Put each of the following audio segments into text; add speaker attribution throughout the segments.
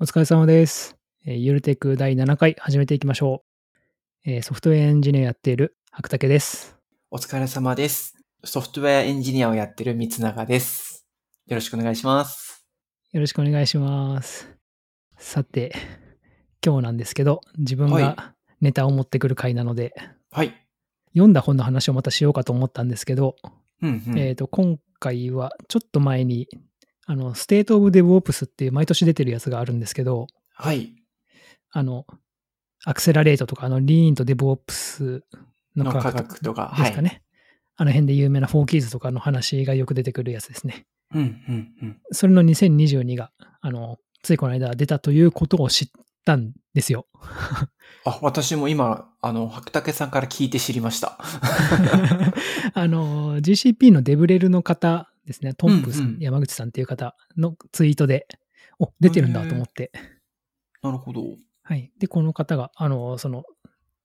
Speaker 1: お疲れ様です。えーゆるテク第7回始めていきましょう。えーソフトウェアエンジニアやっている白竹です。
Speaker 2: お疲れ様です。ソフトウェアエンジニアをやってる三永です。よろしくお願いします。
Speaker 1: よろしくお願いします。さて、今日なんですけど、自分が
Speaker 2: は
Speaker 1: ネタを持ってくる回なので、
Speaker 2: はい。
Speaker 1: 読んだ本の話をまたしようかと思ったんですけど、
Speaker 2: うんうん。
Speaker 1: えっ、と、今回はちょっと前に、あの、ステートオブデブオプスっていう毎年出てるやつがあるんですけど、
Speaker 2: はい。
Speaker 1: あの、アクセラレートとか、あの、リーンとデブオプスの
Speaker 2: の
Speaker 1: 科
Speaker 2: 価
Speaker 1: 学とか
Speaker 2: 格とか。
Speaker 1: ですか
Speaker 2: はい。
Speaker 1: ね。あの辺で有名なフォーキーズとかの話がよく出てくるやつですね。
Speaker 2: うんうんうん。
Speaker 1: それの2022が、あの、ついこの間出たということを知ったんです よ。
Speaker 2: あ、私も今、あの、白竹さんから聞いて知りました。
Speaker 1: あの、GCP のデブレルの方ですね、トンプさん、
Speaker 2: うんうん
Speaker 1: 山口さんっていう方のツイートで、お、出てるんだと思って。
Speaker 2: なるほど。
Speaker 1: はい。で、この方が、あの、その、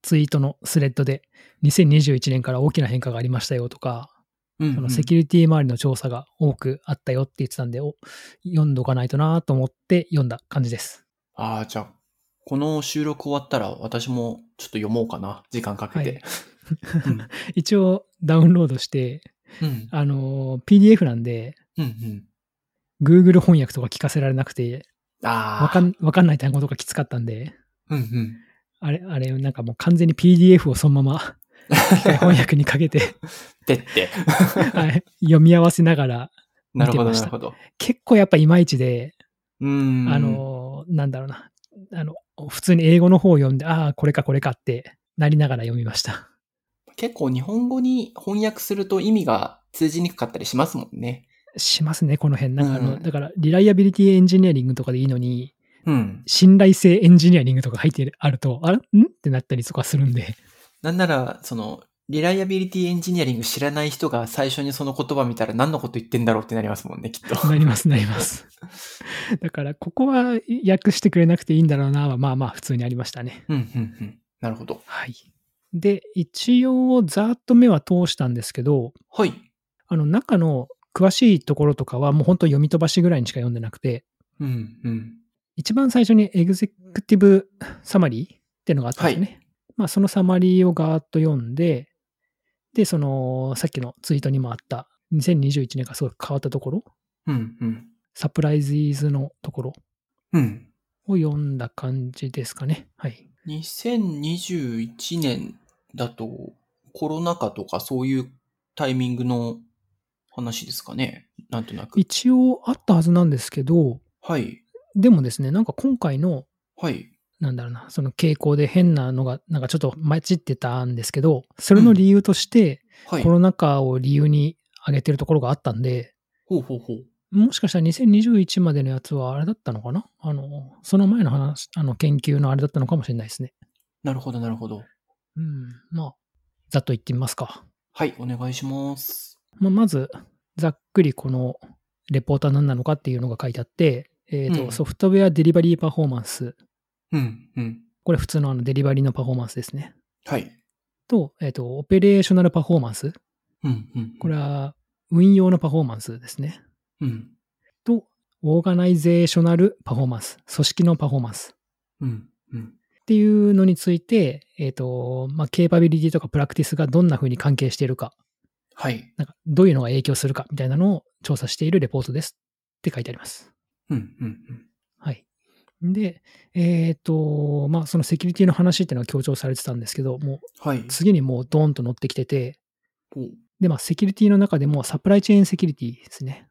Speaker 1: ツイートのスレッドで、2021年から大きな変化がありましたよとか、
Speaker 2: うん、うん。
Speaker 1: そのセキュリティ周りの調査が多くあったよって言ってたんで、お読んどかないとなと思って読んだ感じです。
Speaker 2: ああ、じゃあ、この収録終わったら私もちょっと読もうかな。時間かけて。
Speaker 1: 一応ダウンロードして、
Speaker 2: うんうん
Speaker 1: あのー PDF なんで、
Speaker 2: うんうん。
Speaker 1: Google 翻訳とか聞かせられなくて、
Speaker 2: ああ。
Speaker 1: わかんわかんない単語とかきつかったんで、
Speaker 2: うんうん。
Speaker 1: あれ、あれ、なんかもう完全に PDF をそのまま機械翻訳にかけ て、
Speaker 2: でって。
Speaker 1: はい読み合わせながら、
Speaker 2: なる
Speaker 1: 見て
Speaker 2: ほど、
Speaker 1: まし
Speaker 2: な
Speaker 1: た
Speaker 2: るほど。
Speaker 1: 結構やっぱいまいちで、
Speaker 2: うん。
Speaker 1: あ、のーなんだろうな、あの、普通に英語の方を読んで、ああ、これかこれかってなりながら読みました。
Speaker 2: 結構日本語に翻訳すると意味が通じにくかったりしますもんね。
Speaker 1: しますね、この辺。なんかあの、
Speaker 2: うん
Speaker 1: だから、リライアビリティエンジニアリングとかでいいのに、
Speaker 2: うん。
Speaker 1: 信頼性エンジニアリングとか入ってあると、あれんってなったりとかするん で、
Speaker 2: なんなら、その、リライアビリティエンジニアリング知らない人が最初にその言葉見たら何のこと言ってんだろうってなりますもんね、きっと。
Speaker 1: なります、なります。だから、ここは訳してくれなくていいんだろうなは、まあまあ、普通にありましたね。
Speaker 2: うん、うん、うん。なるほど。
Speaker 1: はい。で、一応、ざーっと目は通したんですけど、
Speaker 2: はい。
Speaker 1: あの、中の詳しいところとかは、もう本当読み飛ばしぐらいにしか読んでなくて、
Speaker 2: うん、うん。
Speaker 1: 一番最初にエグゼクティブサマリーっていうのがあったんですよね。まあ、そのサマリーをガーッと読んで、で、その、さっきのツイートにもあった、2021年がすごく変わったところ、
Speaker 2: うん、うん。
Speaker 1: サプライズイズのところ
Speaker 2: うん。
Speaker 1: を読んだ感じですかね。はい。
Speaker 2: 2021年だと、コロナ禍とかそういうタイミングの話ですかね。なんとなく。
Speaker 1: 一応あったはずなんですけど、
Speaker 2: はい。
Speaker 1: でもですね、なんか今回の、
Speaker 2: はい。
Speaker 1: なんだろうな、その傾向で変なのが、なんかちょっと混じってたんですけど、それの理由として、
Speaker 2: はい。
Speaker 1: コロナ禍を理由に挙げてるところがあったんで、
Speaker 2: ほうほうほう。
Speaker 1: もしかしたら2021までのやつはあれだったのかなあの、その前の話、あの、研究のあれだったのかもしれないですね。
Speaker 2: なるほど、なるほど。
Speaker 1: うん。まあ、ざっと言ってみますか。
Speaker 2: はい、お願いします。
Speaker 1: まあ、まず、ざっくりこのレポートは何なのかっていうのが書いてあって、えーと
Speaker 2: うん
Speaker 1: ソフトウェアデリバリーパフォーマンス。
Speaker 2: うん、うん。
Speaker 1: これ普通のあのデリバリーのパフォーマンスですね。
Speaker 2: はい。
Speaker 1: と、えっ、と、オペレーショナルパフォーマンス。
Speaker 2: うん、うん。
Speaker 1: これは運用のパフォーマンスですね。
Speaker 2: うん。
Speaker 1: と、オーガナイゼーショナルパフォーマンス。組織のパフォーマンス。
Speaker 2: うん、うん。
Speaker 1: っていうのについて、えっ、と、まあ、ケーパビリティとかプラクティスがどんな風に関係しているか、
Speaker 2: はい。
Speaker 1: なんかどういうのが影響するかみたいなのを調査しているレポートですって書いてあります。
Speaker 2: うん、うん、うん。
Speaker 1: はい。で、えっ、と、まあ、そのセキュリティの話っていうのが強調されてたんですけど、も
Speaker 2: はい。
Speaker 1: う次にもうドーンと乗ってきてて、
Speaker 2: お
Speaker 1: で、まあ、セキュリティの中でもサプライチェーンセキュリティですね。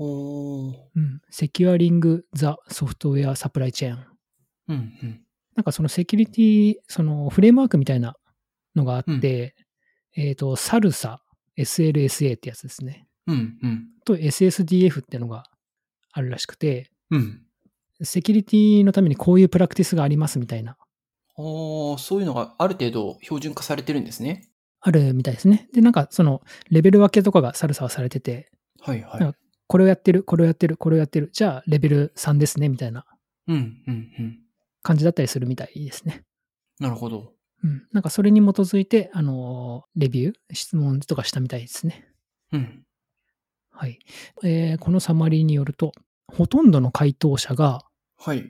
Speaker 2: おー
Speaker 1: うん。セキュアリング・ザ・ソフトウェア・サプライチェーン。
Speaker 2: うん、うん。
Speaker 1: なんかそのセキュリティ、そのフレームワークみたいなのがあって、えっ、と、サルサ、SLSA ってやつですね。
Speaker 2: うん、うん。
Speaker 1: と SSDF っていうのがあるらしくて、
Speaker 2: うん。
Speaker 1: セキュリティのためにこういうプラクティスがありますみたいな、
Speaker 2: ああ、そういうのがある程度標準化されてるんですね。
Speaker 1: あるみたいですね。で、なんかそのレベル分けとかがサルサはされてて、
Speaker 2: はい、は
Speaker 1: なんかこれをやってる、これをやってる、これをやってる、じゃあレベル3ですねみたいな
Speaker 2: うん、うん、うん。
Speaker 1: 感じだったりするみたいですね。
Speaker 2: なるほど。
Speaker 1: うん。なんかそれに基づいて、あの、レビュー、質問とかしたみたいですね。
Speaker 2: うん。
Speaker 1: はいえーこのサマリーによると、ほとんどの回答者が、
Speaker 2: はい。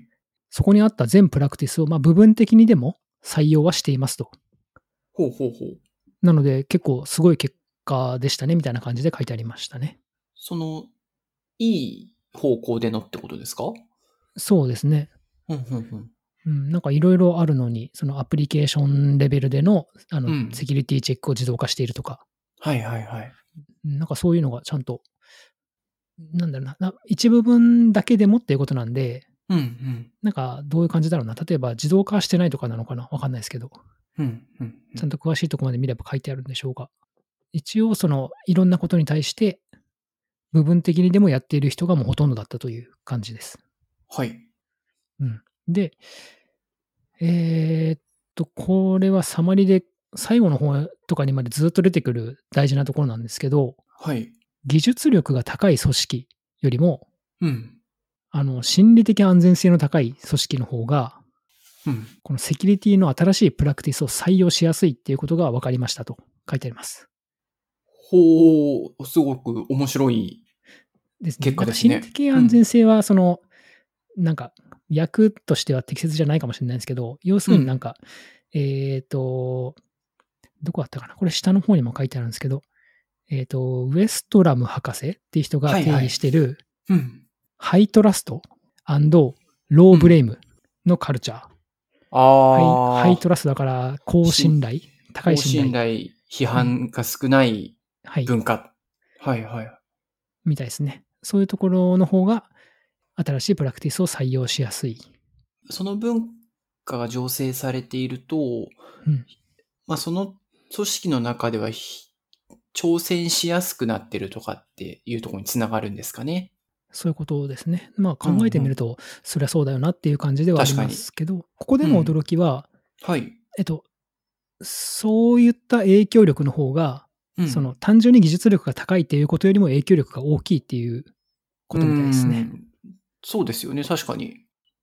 Speaker 1: そこにあった全プラクティスを、まあ、部分的にでも採用はしていますと。
Speaker 2: ほうほうほう。
Speaker 1: なので、結構すごい結果でしたね、みたいな感じで書いてありましたね。
Speaker 2: その、いい方向でのってことですか
Speaker 1: そうですね。
Speaker 2: うんうん
Speaker 1: うん、なんかいろいろあるのに、そのアプリケーションレベルでのあの、
Speaker 2: うん
Speaker 1: セキュリティチェックを自動化しているとか、
Speaker 2: はいはいはい。
Speaker 1: なんかそういうのがちゃんと、なんだろうな、な一部分だけでもっていうことなんで、
Speaker 2: うんうん。
Speaker 1: なんかどういう感じだろうな、例えば自動化してないとかなのかな、わかんないですけど、
Speaker 2: うんうん
Speaker 1: ちゃんと詳しいとこまで見れば書いてあるんでしょうが、一応そのいろんなことに対して、部分的にでもやっている人がもうほとんどだったという感じです。
Speaker 2: はい。
Speaker 1: で、えーっと、これはサマリで最後の方とかにまでずっと出てくる大事なところなんですけど、
Speaker 2: はい。
Speaker 1: 技術力が高い組織よりも、
Speaker 2: うん。
Speaker 1: あの、心理的安全性の高い組織の方が、
Speaker 2: うん。
Speaker 1: このセキュリティの新しいプラクティスを採用しやすいっていうことが分かりましたと書いてあります。
Speaker 2: ほう、すごく面白い。
Speaker 1: ですね
Speaker 2: 結果ですね
Speaker 1: なんか心理的安全性は、その、なんか、役としては適切じゃないかもしれないですけど、要するになんか、えっ、と、どこだったかなこれ下の方にも書いてあるんですけど、えっ、と、ウエストラム博士っていう人が
Speaker 2: はい
Speaker 1: 定
Speaker 2: はい
Speaker 1: 義してる、
Speaker 2: うん。
Speaker 1: ハイトラストローブレイムのカルチャー。
Speaker 2: ああ。
Speaker 1: ハイハイトラストだから、高信頼、高
Speaker 2: 高
Speaker 1: い
Speaker 2: 信
Speaker 1: 信頼。
Speaker 2: 頼、批判が少ない
Speaker 1: はい。
Speaker 2: 文化。はいはい。
Speaker 1: みたいですね。そういうところの方が、新しいプラクティスを採用しやすい。
Speaker 2: その文化が醸成されていると、
Speaker 1: うん
Speaker 2: まあその組織の中ではひ挑戦しやすくなってるとかっていうところにつながるんですかね。
Speaker 1: そういうことですね。まあ考えてみると、そりゃそうだよなっていう感じではありますけど、ここでの驚きは、
Speaker 2: はい。
Speaker 1: えっと、そういった影響力の方が、
Speaker 2: うん
Speaker 1: その単純に技術力が高いっていうことよりも影響力が大きいっていうことみたいですね。
Speaker 2: うん。そうですよね、確かに。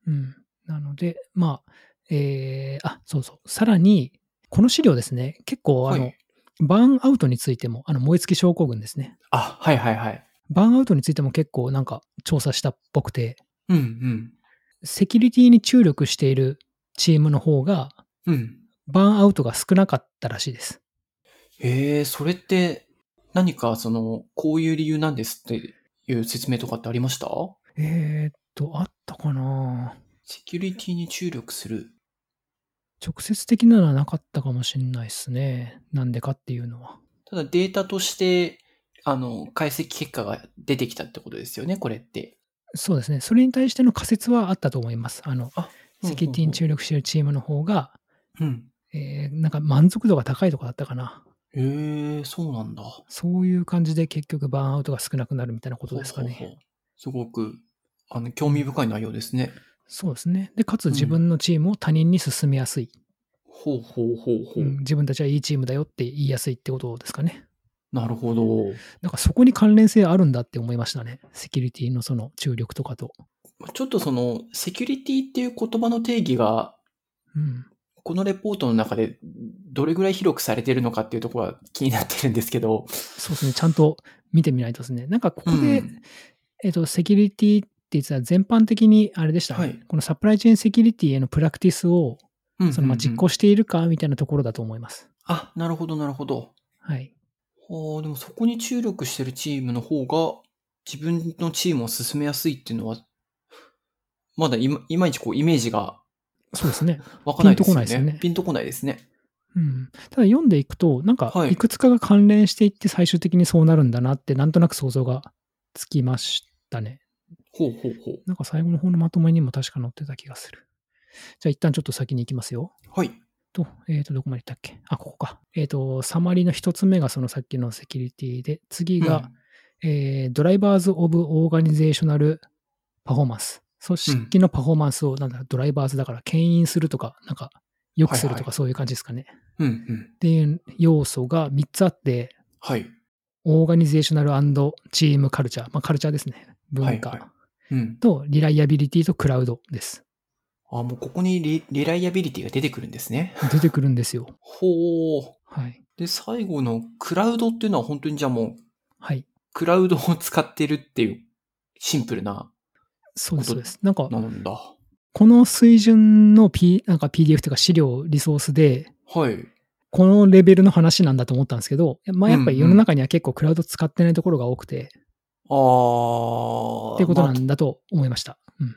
Speaker 1: うんなので、まあ、えー、あ、そうそう。さらに、この資料ですね、結構あの、
Speaker 2: はい
Speaker 1: バーンアウトについても、あの燃え尽き症候群ですね。
Speaker 2: あ、はいはいはい。
Speaker 1: バーンアウトについても結構なんか調査したっぽくて、
Speaker 2: うん
Speaker 1: セキュリティに注力しているチームの方が、
Speaker 2: うん。うん。
Speaker 1: バーンアウトが少なかったらしいです。
Speaker 2: へえ、それって何かその、こういう理由なんですっていう説明とかってありました
Speaker 1: えー、っと、あったかな
Speaker 2: セキュリティに注力する。
Speaker 1: 直接的なのはなかったかもしれないですね。なんでかっていうのは。
Speaker 2: ただデータとして、あの、解析結果が出てきたってことですよね、これって。
Speaker 1: そうですね。それに対しての仮説はあったと思います。あの、セキュリティに注力しているチームの方が、
Speaker 2: うん。
Speaker 1: えーなんか満足度が高いとかだったかな。
Speaker 2: へえ、そうなんだ。
Speaker 1: そういう感じで結局バーンアウトが少なくなるみたいなことですかね。
Speaker 2: ほうほうほうすごく、あの、興味深い内容ですね。
Speaker 1: そうですね。で、かつ自分のチームを他人に進めやすい。
Speaker 2: ほうほうほうほ
Speaker 1: う
Speaker 2: う。
Speaker 1: ん自分たちはいいチームだよって言いやすいってことですかね。
Speaker 2: なるほど。
Speaker 1: なんかそこに関連性あるんだって思いましたね。セキュリティのその注力とかと。
Speaker 2: ちょっとその、セキュリティっていう言葉の定義が、
Speaker 1: うん。
Speaker 2: このレポートの中でどれぐらい広くされてるのかっていうところは気になってるんですけど。
Speaker 1: そうですね。ちゃんと見てみないとですね。なんかここで、
Speaker 2: うん
Speaker 1: えっと、セキュリティって言ってたら全般的にあれでしたね、
Speaker 2: はい
Speaker 1: このサプライチェーンセキュリティへのプラクティスを、
Speaker 2: うん
Speaker 1: そのまあ
Speaker 2: うんうん
Speaker 1: 実行しているかみたいなところだと思います。
Speaker 2: あ、なるほど、なるほど。
Speaker 1: はい。
Speaker 2: ああ、でもそこに注力してるチームの方が、自分のチームを進めやすいっていうのは、まだいまいまいちこうイメージが
Speaker 1: そうですね。
Speaker 2: 湧かないです
Speaker 1: ピ
Speaker 2: よ
Speaker 1: ンとこないですよね
Speaker 2: ね。ピンとこないですね。
Speaker 1: うん。ただ読んでいくと、なんか
Speaker 2: はい
Speaker 1: いくつかが関連していって最終的にそうなるんだなって、なんとなく想像がつきましたね。
Speaker 2: ほうほうほう。
Speaker 1: なんか最後の方のまとめにも確か載ってた気がする。じゃあ一旦ちょっと先に行きますよ。
Speaker 2: はい。
Speaker 1: と、えっ、と、どこまで行ったっけあ、ここか。えっ、と、サマリーの一つ目がそのさっきのセキュリティで、次が、えードライバーズ・オブ・オーガニゼーショナル・パフォーマンス。組織のパフォーマンスを、なんだろうドライバーズだから、牽引するとか、なんか、良くする
Speaker 2: はい
Speaker 1: と
Speaker 2: は
Speaker 1: か、そういう感じですかね。
Speaker 2: うん、うん、うん。
Speaker 1: っていう要素が3つあって、
Speaker 2: はい。
Speaker 1: オーガニゼーショナルチームカルチャー、まあ、カルチャーですね。文
Speaker 2: はいは
Speaker 1: 化
Speaker 2: うん。
Speaker 1: とリライアビリティとクラウドです。
Speaker 2: あ、もうここにリリライアビリティが出てくるんですね。
Speaker 1: 出てくるんですよ。
Speaker 2: ほう。
Speaker 1: はい。
Speaker 2: で、最後のクラウドっていうのは本当にじゃあもう、
Speaker 1: はい。
Speaker 2: クラウドを使ってるっていうシンプルな
Speaker 1: そうです、そ
Speaker 2: こと
Speaker 1: うです。なんか、
Speaker 2: なんだ。
Speaker 1: この水準の、P、なんか PDF というか資料、リソースで、
Speaker 2: はい。
Speaker 1: このレベルの話なんだと思ったんですけど、まあやっぱり
Speaker 2: うんう
Speaker 1: 世
Speaker 2: ん
Speaker 1: の中には結構クラウド使ってないところが多くて、
Speaker 2: あー。
Speaker 1: っていうことな
Speaker 2: ま
Speaker 1: んだと思いました。うん。
Speaker 2: あ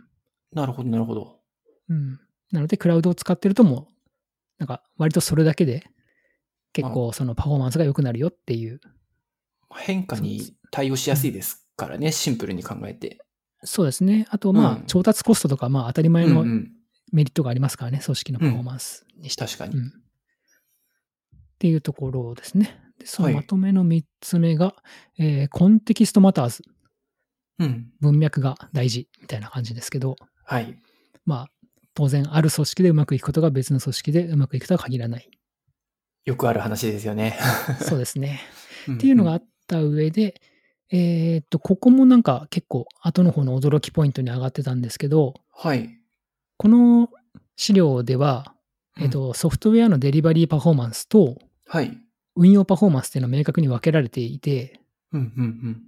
Speaker 2: なるほど、なるほど。
Speaker 1: うん。なので、クラウドを使ってるともう、なんか割とそれだけで、結構そのパフォーマンスが良くなるよっていう、
Speaker 2: 変化に対応しやすいですからね、シンプルに考えて。
Speaker 1: そうですね。あと、ま
Speaker 2: うん
Speaker 1: あ、調達コストとか、まあ当たり前
Speaker 2: うんう
Speaker 1: の
Speaker 2: ん。
Speaker 1: メリットがありますからね、組織のパフォーマンスにして。
Speaker 2: 確かに
Speaker 1: うん。っていうところですね。で、そ
Speaker 2: は
Speaker 1: の
Speaker 2: い
Speaker 1: まとめの3つ目が、えーコンテキストマターズ、
Speaker 2: うん。
Speaker 1: 文脈が大事みたいな感じですけど、
Speaker 2: はい。
Speaker 1: まあ、当然、ある組織でうまくいくことが別の組織でうまくいくとは限らない。
Speaker 2: よくある話ですよね。
Speaker 1: そうですね。
Speaker 2: っ
Speaker 1: っていうのがあった上で、えーっと、ここもなんか結構後の方の驚きポイントに上がってたんですけど、
Speaker 2: はい。
Speaker 1: この資料では、えーっと、ソフトウェアのデリバリーパフォーマンスと
Speaker 2: はい。
Speaker 1: 運用パフォーマンスっていうのは明確に分けられていて、
Speaker 2: うん、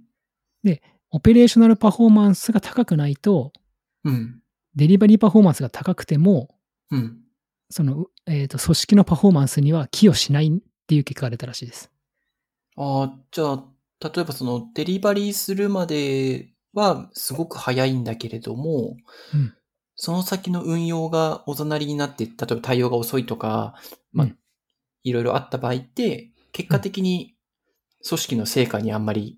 Speaker 2: うん、
Speaker 1: オペレーショナルパフォーマンスが高くないと、
Speaker 2: うん。うん。
Speaker 1: デリバリーパフォーマンスが高くても、
Speaker 2: うん。
Speaker 1: その、えーっと、組織のパフォーマンスには寄与しないっていう結果が出たらしいです。
Speaker 2: ああ、じゃあ、例えばそのデリバリーするまではすごく早いんだけれども、
Speaker 1: うん
Speaker 2: その先の運用がおざなりになって、例えば対応が遅いとか、まあ
Speaker 1: うん
Speaker 2: いろいろあった場合って、結果的に組織の成果にあんまり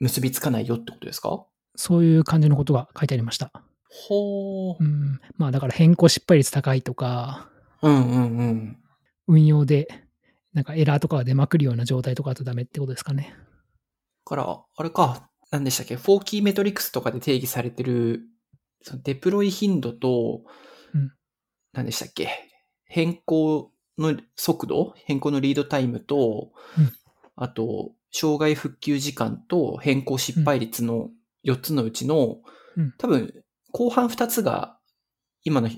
Speaker 2: 結びつかないよってことですか
Speaker 1: そういう感じのことが書いてありました。
Speaker 2: ほ
Speaker 1: う
Speaker 2: ー。
Speaker 1: ん、まあだから変更失敗率高いとか、
Speaker 2: うんうんうん。
Speaker 1: 運用でなんかエラーとかが出まくるような状態とかだとダメってことですかね。
Speaker 2: から、あれか、何でしたっけ、フォーキーメトリックスとかで定義されてる、そのデプロイ頻度と、
Speaker 1: うん
Speaker 2: 何でしたっけ、変更の速度、変更のリードタイムと、
Speaker 1: うん
Speaker 2: あと、障害復旧時間と変更失敗率の4つのうちの、
Speaker 1: うん
Speaker 2: 多分、後半2つが、今の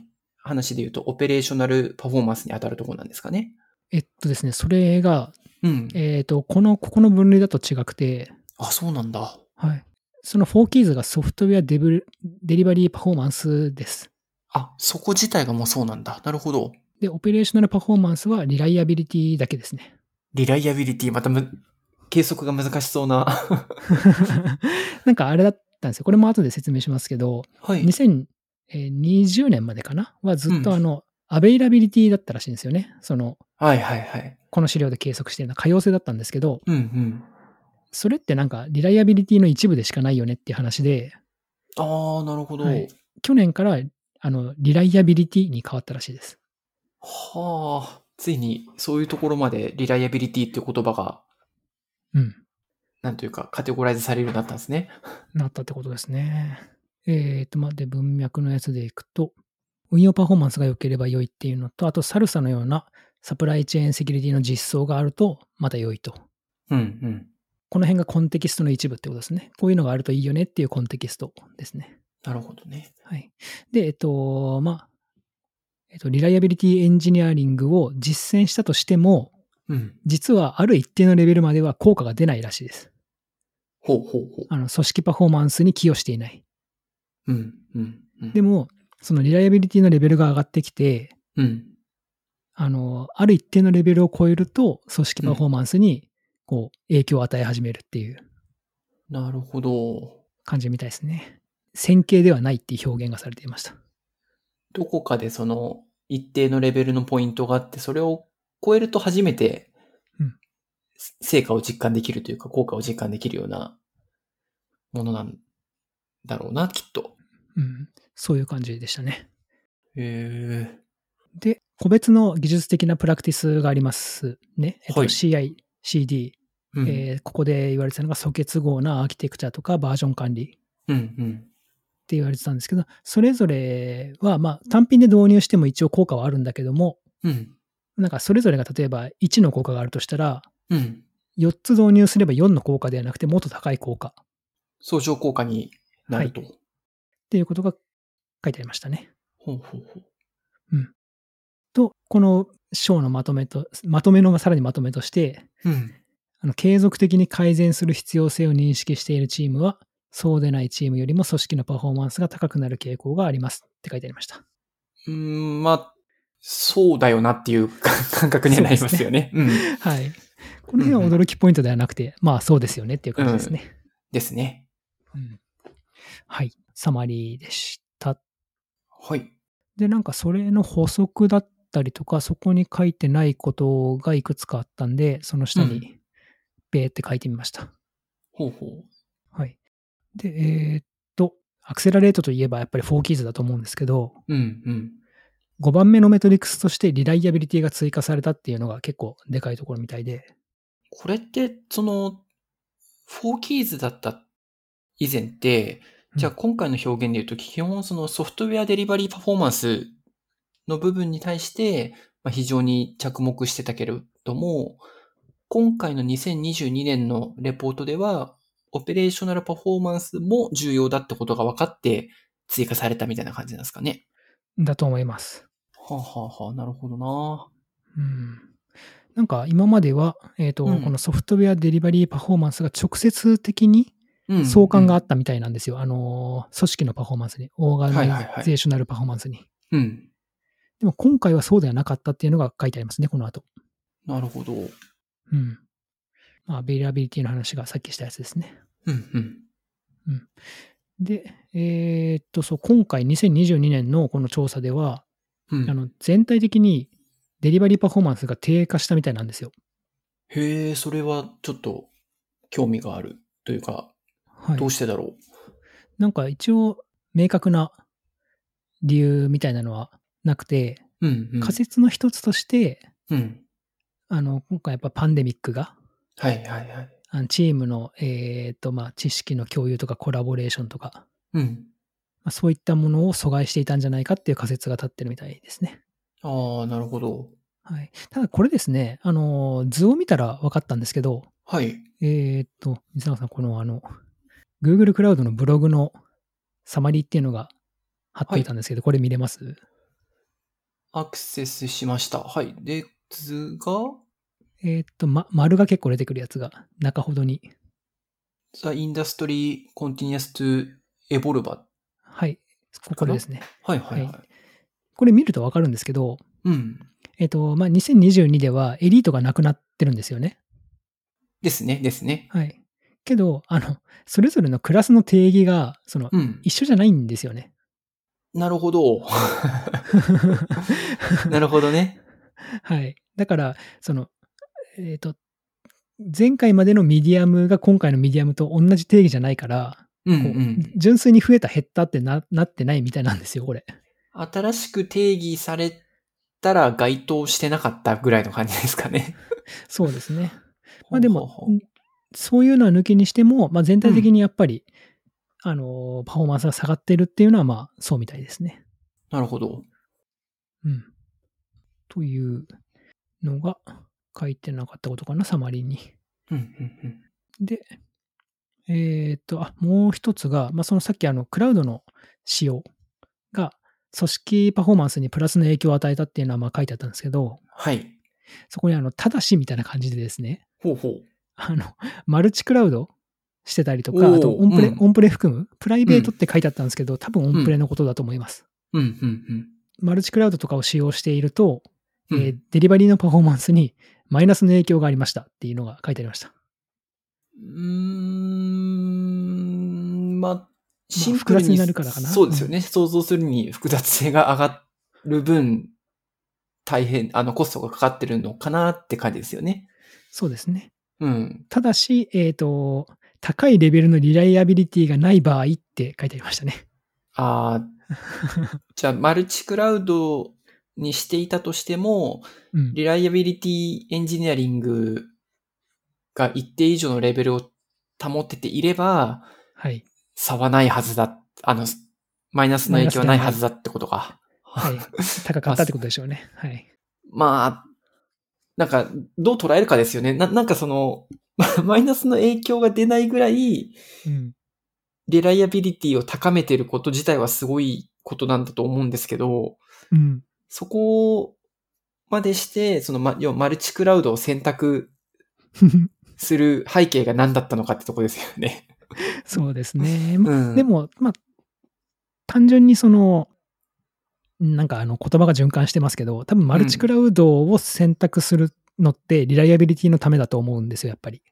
Speaker 2: 話で言うと、オペレーショナルパフォーマンスに当たるところなんですかね。
Speaker 1: えっとですね、それが、
Speaker 2: うん。
Speaker 1: えっ、と、この、ここの分類だと違くて、
Speaker 2: あ、そうなんだ。
Speaker 1: はい。その 4Keys がソフトウェアデブルデリバリーパフォーマンスです。
Speaker 2: あ、そこ自体がもうそうなんだ。なるほど。
Speaker 1: で、オペレーショナルパフォーマンスはリライアビリティだけです ね。
Speaker 2: リライアビリティ、またむ、計測が難しそうな。
Speaker 1: なんかあれだったんですよ。これも後で説明しますけど、
Speaker 2: はい。
Speaker 1: 2020年までかなはずっとあの、アベイラビリティだったらしいんですよね。その、
Speaker 2: はいはいはい。
Speaker 1: この資料で計測しているのは可用性だったんですけど、
Speaker 2: うんうん。
Speaker 1: それってなんかリライアビリティの一部でしかないよねっていう話で、
Speaker 2: ああ、なるほど。は
Speaker 1: はい去年からあのリライアビリティに変わったらしいです。
Speaker 2: あ、ついにそういうところまでリライアビリティっていう言葉が、
Speaker 1: うん。
Speaker 2: なんというか、カテゴライズされるようになったんですね。
Speaker 1: なったってことですね。えーと、まで、文脈のやつでいくと、運用パフォーマンスが良ければ良いっていうのと、あと、サルサのようなサプライチェーンセキュリティの実装があると、また良いと。
Speaker 2: うんうん。
Speaker 1: この辺がコンテキストの一部ってことですね。こういうのがあるといいよねっていうコンテキストですね。
Speaker 2: なるほどね。
Speaker 1: はい。で、えっと、まあ、えっと、リライアビリティエンジニアリングを実践したとしても、
Speaker 2: うん。
Speaker 1: 実はある一定のレベルまでは効果が出ないらしいです。
Speaker 2: ほうほうほう。
Speaker 1: あの、組織パフォーマンスに寄与していない。
Speaker 2: うんうんうん。
Speaker 1: で
Speaker 2: も、
Speaker 1: も、そのリライアビリティのレベルが上がってきて、
Speaker 2: うん。
Speaker 1: あの、ある一定のレベルを超えると、組織パフォーマンスに、こう、影響を与え始めるっていう
Speaker 2: なるほど。
Speaker 1: 感じみたいですね。線形ではないっていう表現がされていました。
Speaker 2: どこかでその、一定のレベルのポイントがあって、それを超えると初めて
Speaker 1: うん、
Speaker 2: 成果を実感できるというか、効果を実感できるようなものなんだろうな、きっと。
Speaker 1: うん。そういう感じでしたね。
Speaker 2: へえ。
Speaker 1: で、個別の技術的なプラクティスがありますね。えっと、
Speaker 2: はい
Speaker 1: CI、CD、
Speaker 2: うん、
Speaker 1: えーここで言われてたのが素結合なアーキテクチャとかバージョン管理っ
Speaker 2: うん、うん。
Speaker 1: て言われてたんですけど、それぞれは、まあ、単品で導入しても一応効果はあるんだけども、
Speaker 2: うん、
Speaker 1: なんかそれぞれが例えば1の効果があるとしたら、
Speaker 2: うん。
Speaker 1: 4つ導入すれば4の効果ではなくてもっと高い効果っ
Speaker 2: 相乗効果になると。
Speaker 1: ていうことが書いてありましたね。
Speaker 2: ほうほうほう。
Speaker 1: と、この章のまとめと、まとめのさらにまとめとして、
Speaker 2: うん。
Speaker 1: あの継続的に改善する必要性を認識しているチームは、そうでないチームよりも組織のパフォーマンスが高くなる傾向がありますって書いてありました。
Speaker 2: うーん、まあ、そうだよなっていう 感感覚にはなりますよね。うん。
Speaker 1: はい。この辺は驚きポイントではなくて、まあそうですよねっていう感じですね。
Speaker 2: ですね。
Speaker 1: うんはい。サマリーでした。
Speaker 2: はい。
Speaker 1: で、なんかそれの補足だったりとか、そこに書いてないことがいくつかあったんで、その下
Speaker 2: う
Speaker 1: に、べーって書いてみました。
Speaker 2: ほうほ
Speaker 1: はい。で、えーっと、アクセラレートといえばやっぱり4キーズだと思うんですけど、
Speaker 2: う。うん、うん。
Speaker 1: 5番目のメトリックスとしてリライアビリティが追加されたっていうのが結構でかいところみたいで、
Speaker 2: これって、その、フォーキーズだった以前って、
Speaker 1: うん
Speaker 2: じゃあ今回の表現で言うと、基本そのソフトウェアデリバリーパフォーマンスの部分に対して、まあ、非常に着目してたけれども、今回の2022年のレポートでは、オペレーショナルパフォーマンスも重要だってことが分かって追加されたみたいな感じなんですかね。
Speaker 1: だと思います。
Speaker 2: はあ、はあはあ、なるほどな。
Speaker 1: うん。なんか今までは、えーっと、
Speaker 2: うん
Speaker 1: このソフトウェアデリバリーパフォーマンスが直接的に
Speaker 2: うん
Speaker 1: 相関があ
Speaker 2: っ
Speaker 1: ったみたいなんですよ。あのー、組織のパフォーマンスに、オーガナイゼーショナルパフォーマンスに。
Speaker 2: うん。
Speaker 1: でも今回はそうではなかったっていうのが書いてありますね、この後。
Speaker 2: なるほど。うん、
Speaker 1: うん。まあ、アベリアビリティの話がさっきしたやつですね。
Speaker 2: うん。
Speaker 1: で、えーっと、そう、今回2022年のこの調査では、
Speaker 2: うん、
Speaker 1: あの全体的にデリバリーパフォーマンスが低下したみたいなんですよ。
Speaker 2: へえ、それはちょっと興味があるというか、
Speaker 1: はい
Speaker 2: ど。うしてだろ
Speaker 1: なんか一応、明確な理由みたいなのはなくて、
Speaker 2: う。うん、うん。
Speaker 1: 仮説の一つとして、
Speaker 2: うん。
Speaker 1: あの、今回やっぱパンデミックが、
Speaker 2: はいはいはい。
Speaker 1: あのチームの、えーとまあ、知識の共有とかコラボレーションとか、
Speaker 2: うん。
Speaker 1: まあ、そういったものを阻害していたんじゃないかっていう仮説が立ってるみたいですね。
Speaker 2: ああ、なるほど。
Speaker 1: はい、ただこれですね、あの図を見たら分かったんですけど、
Speaker 2: はい。
Speaker 1: えー、と水永さん、このあの Google クラウドのブログのサマリーっていうのが貼っておいたんですけど、これ見れます
Speaker 2: アクセスしました。はい。で、図が、
Speaker 1: えー、と、ま、丸が結構出てくるやつが中ほどに、
Speaker 2: The Industry Continues to Evolve.
Speaker 1: はい、ここれですね。
Speaker 2: はいはいはい。
Speaker 1: はこれ見ると分かるんですけど、
Speaker 2: うん。
Speaker 1: えーとまあ、2022ではエリートがなくなってるんですよね。
Speaker 2: ですね、ですね。
Speaker 1: はい。けど、あの、それぞれのクラスの定義が、その、
Speaker 2: うん。
Speaker 1: 一緒じゃないんですよ ね。
Speaker 2: なるほ ど。なるほどね。
Speaker 1: はい。だから、その、えっ、と、前回までのミディアムが今回のミディアムと同じ定義じゃないから、
Speaker 2: うんう。
Speaker 1: こうん純粋に増えた減ったってななってないみたいなんですよ、これ。
Speaker 2: 新しく定義されたら該当してなかったぐらいの感じですかね。
Speaker 1: そうですね。まあで
Speaker 2: ほうほう
Speaker 1: も
Speaker 2: ほう、
Speaker 1: そういうのは抜きにしても、まあ全体的にやっぱり、あの、パフォーマンスが下がってるっていうのは、まあそうみたいですね。
Speaker 2: なるほど。
Speaker 1: うん。というのが書いてなかったことかな、サマリーに。
Speaker 2: うんうんうん
Speaker 1: で、えーっと、あ、もう一つが、まあ、そのさっきあの、クラウドの仕様が、組織パフォーマンスにプラスの影響を与えたっていうのはまあ書いてあったんですけど、
Speaker 2: はい。
Speaker 1: そこにあの、ただしみたいな感じでですね、
Speaker 2: ほうほう。
Speaker 1: あの、マルチクラウドしてたりとか、
Speaker 2: おー
Speaker 1: あとオンプレ、
Speaker 2: うん
Speaker 1: オンプレ含む、プライベートって書いてあったんですけど、多分オンプレのことだと思います。
Speaker 2: うんうん
Speaker 1: マルチクラウドとかを使用していると、
Speaker 2: うん。
Speaker 1: えーデリバリーのパフォーマンスにマイナスの影響がありましたっていうのが書いてありました。
Speaker 2: うーん、まあ、シンプ
Speaker 1: 複
Speaker 2: ル
Speaker 1: 雑に
Speaker 2: に
Speaker 1: なるからかな
Speaker 2: そうですよね。想像するに複雑性が上がる分、大変、あの、コストがかかってるのかなって感じですよね。
Speaker 1: そうですね。
Speaker 2: うん。
Speaker 1: ただし、えっ、と、高いレベルのリライアビリティがない場合って書いてありましたね。
Speaker 2: あ あ、じゃあ、マルチクラウドにしていたとしても、
Speaker 1: うん。
Speaker 2: リライアビリティエンジニアリングが一定以上のレベルを保てていれば、
Speaker 1: はい。
Speaker 2: 差はないはずだ。あの、マイナスの影響はないはずだってことか。
Speaker 1: はい。高かったってことでしょうね。はい。
Speaker 2: まあ、なんか、どう捉えるかですよね。な、なんかその、 まマイナスの影響が出ないぐらい、
Speaker 1: うん。
Speaker 2: リライアビリティを高めてること自体はすごいことなんだと思うんですけど、
Speaker 1: うん。
Speaker 2: そこまでして、その、ま、要はマルチクラウドを選択する背景が何だったのかってとこですよね。
Speaker 1: そうですね。ま
Speaker 2: うん
Speaker 1: でも、まあ、単純にその、なんかあの言葉が循環してますけど、多分マルチクラウドを選択するのってリライアビリティのためだと思うんですよ、やっぱり。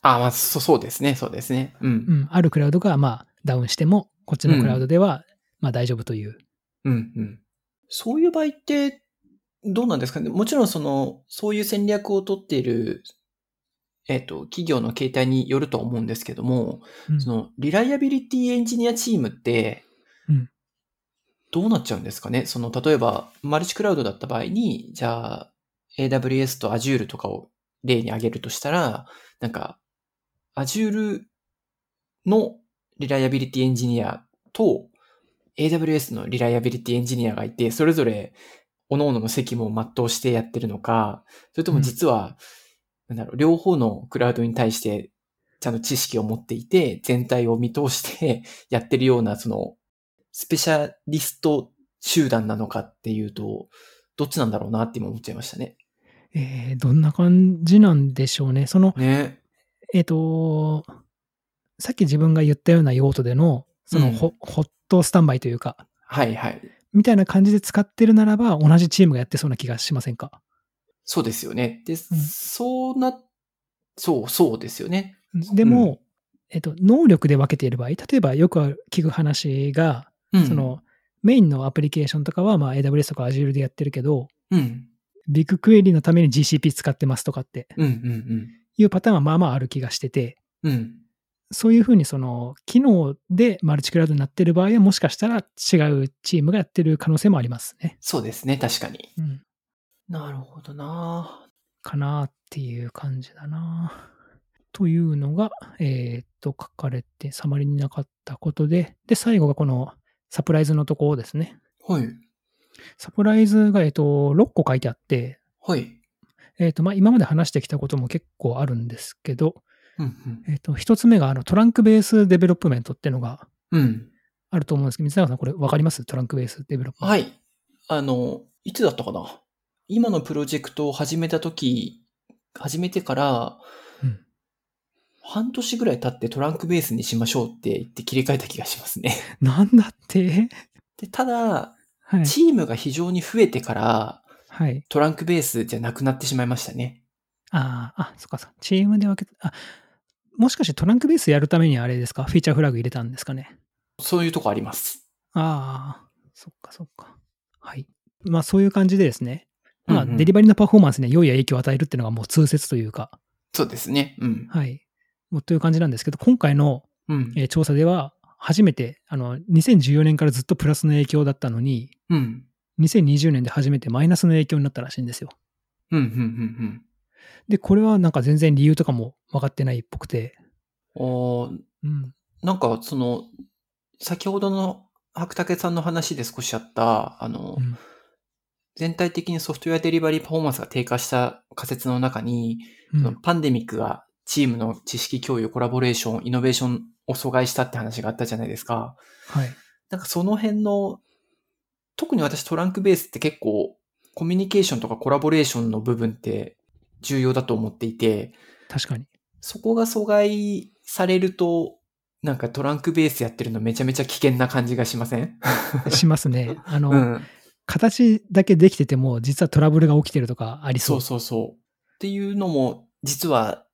Speaker 2: あ、まあ、そそうですね、そうですね。う。
Speaker 1: うんん、あるクラウドがまあダウンしても、こっちのクラウドではまあ大丈夫という。
Speaker 2: うん、うん。そういう場合って、どうなんですかねもちろんその、そういう戦略を取っている、えっ、と、企業の形態によるとは思うんですけども、
Speaker 1: うん
Speaker 2: その、リライアビリティエンジニアチームって
Speaker 1: うん、
Speaker 2: どうなっちゃうんですかねその、例えば、マルチクラウドだった場合に、じゃあ、AWS と Azure とかを例に挙げるとしたら、なんか、Azure のリライアビリティエンジニアと、AWS のリライアビリティエンジニアがいて、それぞれ、各々の責務を全うしてやってるのか、それとも実は、なんだろう、両方のクラウドに対してちゃんと知識を持っていて、全体を見通して やってるような、その、スペシャリスト集団なのかっていうと、どっちなんだろうなって今思っちゃいましたね。
Speaker 1: えーどんな感じなんでしょうね。その、
Speaker 2: ね。
Speaker 1: えっ、と、さっき自分が言ったような用途での、そのホ,、ホットスタンバイというか、
Speaker 2: はいはい。
Speaker 1: みたいな感じで使ってるならば、同じチームがやってそうな気がしませんか。
Speaker 2: そうですよね。で、そうな、そう、そうですよね。
Speaker 1: でも、えっと、能力で分けている場合、例えばよくある聞く話が、
Speaker 2: うん。
Speaker 1: そ、のメインのアプリケーションとかは、まあ、AWS とか Azure でやってるけど、
Speaker 2: うん。
Speaker 1: ビッグクエリのために GCP 使ってますとかって
Speaker 2: うんうん
Speaker 1: いうパターンはまあまあある気がしてて、
Speaker 2: うん。うん。
Speaker 1: そういうふうにその機能でマルチクラウドになってる場合はもしかしたら違うチームがやってる可能性もありますね。
Speaker 2: そうですね。確かに。
Speaker 1: うん、
Speaker 2: なるほどな
Speaker 1: かなっていう感じだな。というのが、えーっと、書かれて、サマリになかったことで、で、最後がこのサプライズのところですね。
Speaker 2: はい。
Speaker 1: サプライズが、えーっと、6個書いてあって、
Speaker 2: はい。
Speaker 1: えーっと、まあ、今まで話してきたことも結構あるんですけど、
Speaker 2: うん
Speaker 1: えーっと、1つ目が、あの、トランクベースデベロップメントっていうのが
Speaker 2: うん。うん。
Speaker 1: あると思うんですけど、水永さん、これ分かりますトランクベースデベロップメント。
Speaker 2: はい。あの、いつだったかな今のプロジェクトを始めたとき、始めてから、
Speaker 1: うん
Speaker 2: 半年ぐらい経ってトランクベースにしましょうって言って切り替えた気がしますね。
Speaker 1: なんだって
Speaker 2: でただ、
Speaker 1: はい。
Speaker 2: チームが非常に増えてから、
Speaker 1: はい。
Speaker 2: トランクベースじゃなくなってしまいましたね。
Speaker 1: あーあ、そっかそっか。チームで分けて、あ、もしかしてトランクベースやるためにあれですかフィーチャーフラグ入れたんですかね。
Speaker 2: そういうとこあります。
Speaker 1: ああ、そっかそっか。はい。まあそういう感じでですね。まあ
Speaker 2: うんうん
Speaker 1: デリバリーのパフォーマンスに良い影響を与えるっていうのがもう通説というか、
Speaker 2: そうですね。うん。
Speaker 1: はい。もうという感じなんですけど、今回の、
Speaker 2: うん。
Speaker 1: えー調査では初めて、あの、2014年からずっとプラスの影響だったのに、
Speaker 2: うん。
Speaker 1: 2020年で初めてマイナスの影響になったらしいんですよ。
Speaker 2: うん。うん。うん。
Speaker 1: で、これはなんか全然理由とかも分かってないっぽくて、
Speaker 2: うん。おー
Speaker 1: うん。
Speaker 2: なんか、その、先ほどの白竹さんの話で少しあった、あの、
Speaker 1: うん
Speaker 2: 全体的にソフトウェアデリバリーパフォーマンスが低下した仮説の中に、
Speaker 1: う
Speaker 2: その
Speaker 1: ん。
Speaker 2: パンデミックがチームの知識共有、コラボレーション、イノベーションを阻害したって話があったじゃないですか。
Speaker 1: はい。
Speaker 2: なんかその辺の、特に私トランクベースって結構コミュニケーションとかコラボレーションの部分って重要だと思っていて、
Speaker 1: 確 かに。
Speaker 2: そこが阻害されると、なんかトランクベースやってるのめちゃめちゃ危険な感じがしません
Speaker 1: しますね。あの、
Speaker 2: うん。
Speaker 1: 形だけできてても、実はトラブルが起きてるとかありそ。
Speaker 2: そううそうそう。っていうのも、実は